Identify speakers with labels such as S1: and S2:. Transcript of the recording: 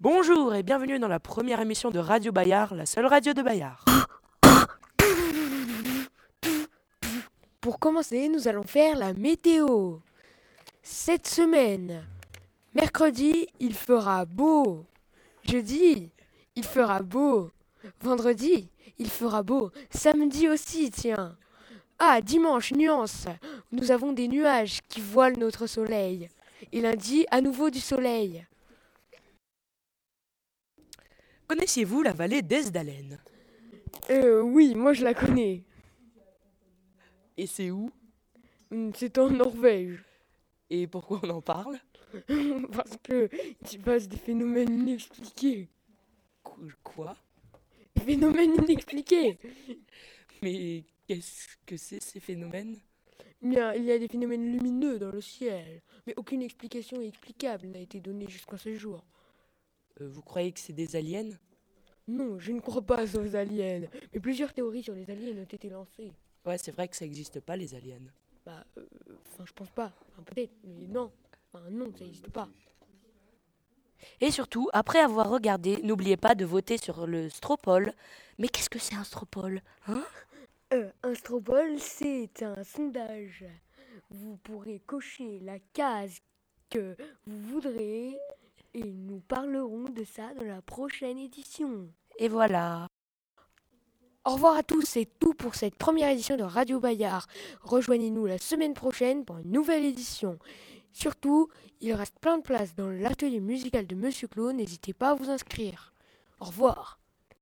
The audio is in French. S1: Bonjour et bienvenue dans la première émission de Radio Bayard, la seule radio de Bayard.
S2: Pour commencer, nous allons faire la météo. Cette semaine, mercredi, il fera beau. Jeudi, il fera beau. Vendredi, il fera beau. Samedi aussi, tiens. Ah, dimanche, nuance. Nous avons des nuages qui voilent notre soleil. Et lundi, à nouveau du soleil.
S1: Connaissiez-vous la vallée d'Esdalen
S2: Euh, oui, moi je la connais.
S1: Et c'est où
S2: Hum, C'est en Norvège.
S1: Et pourquoi on en parle
S2: Parce que il se passe des phénomènes inexpliqués.
S1: Qu- Quoi
S2: Des phénomènes inexpliqués.
S1: Mais qu'est-ce que c'est ces phénomènes
S2: Bien, il y a des phénomènes lumineux dans le ciel, mais aucune explication explicable n'a été donnée jusqu'à ce jour.
S1: Euh, Vous croyez que c'est des aliens
S2: Non, je ne crois pas aux aliens, mais plusieurs théories sur les aliens ont été lancées.
S1: Ouais, c'est vrai que ça n'existe pas les aliens.
S2: Bah, euh, enfin, je pense pas. Enfin, peut-être, mais non. Enfin, non, ça n'existe pas.
S3: Et surtout, après avoir regardé, n'oubliez pas de voter sur le Stropole. Mais qu'est-ce que c'est un Stropole
S2: Euh, un strobol, c'est un sondage. Vous pourrez cocher la case que vous voudrez et nous parlerons de ça dans la prochaine édition.
S3: Et voilà.
S2: Au revoir à tous, c'est tout pour cette première édition de Radio Bayard. Rejoignez-nous la semaine prochaine pour une nouvelle édition. Surtout, il reste plein de places dans l'atelier musical de Monsieur Clown, n'hésitez pas à vous inscrire. Au revoir.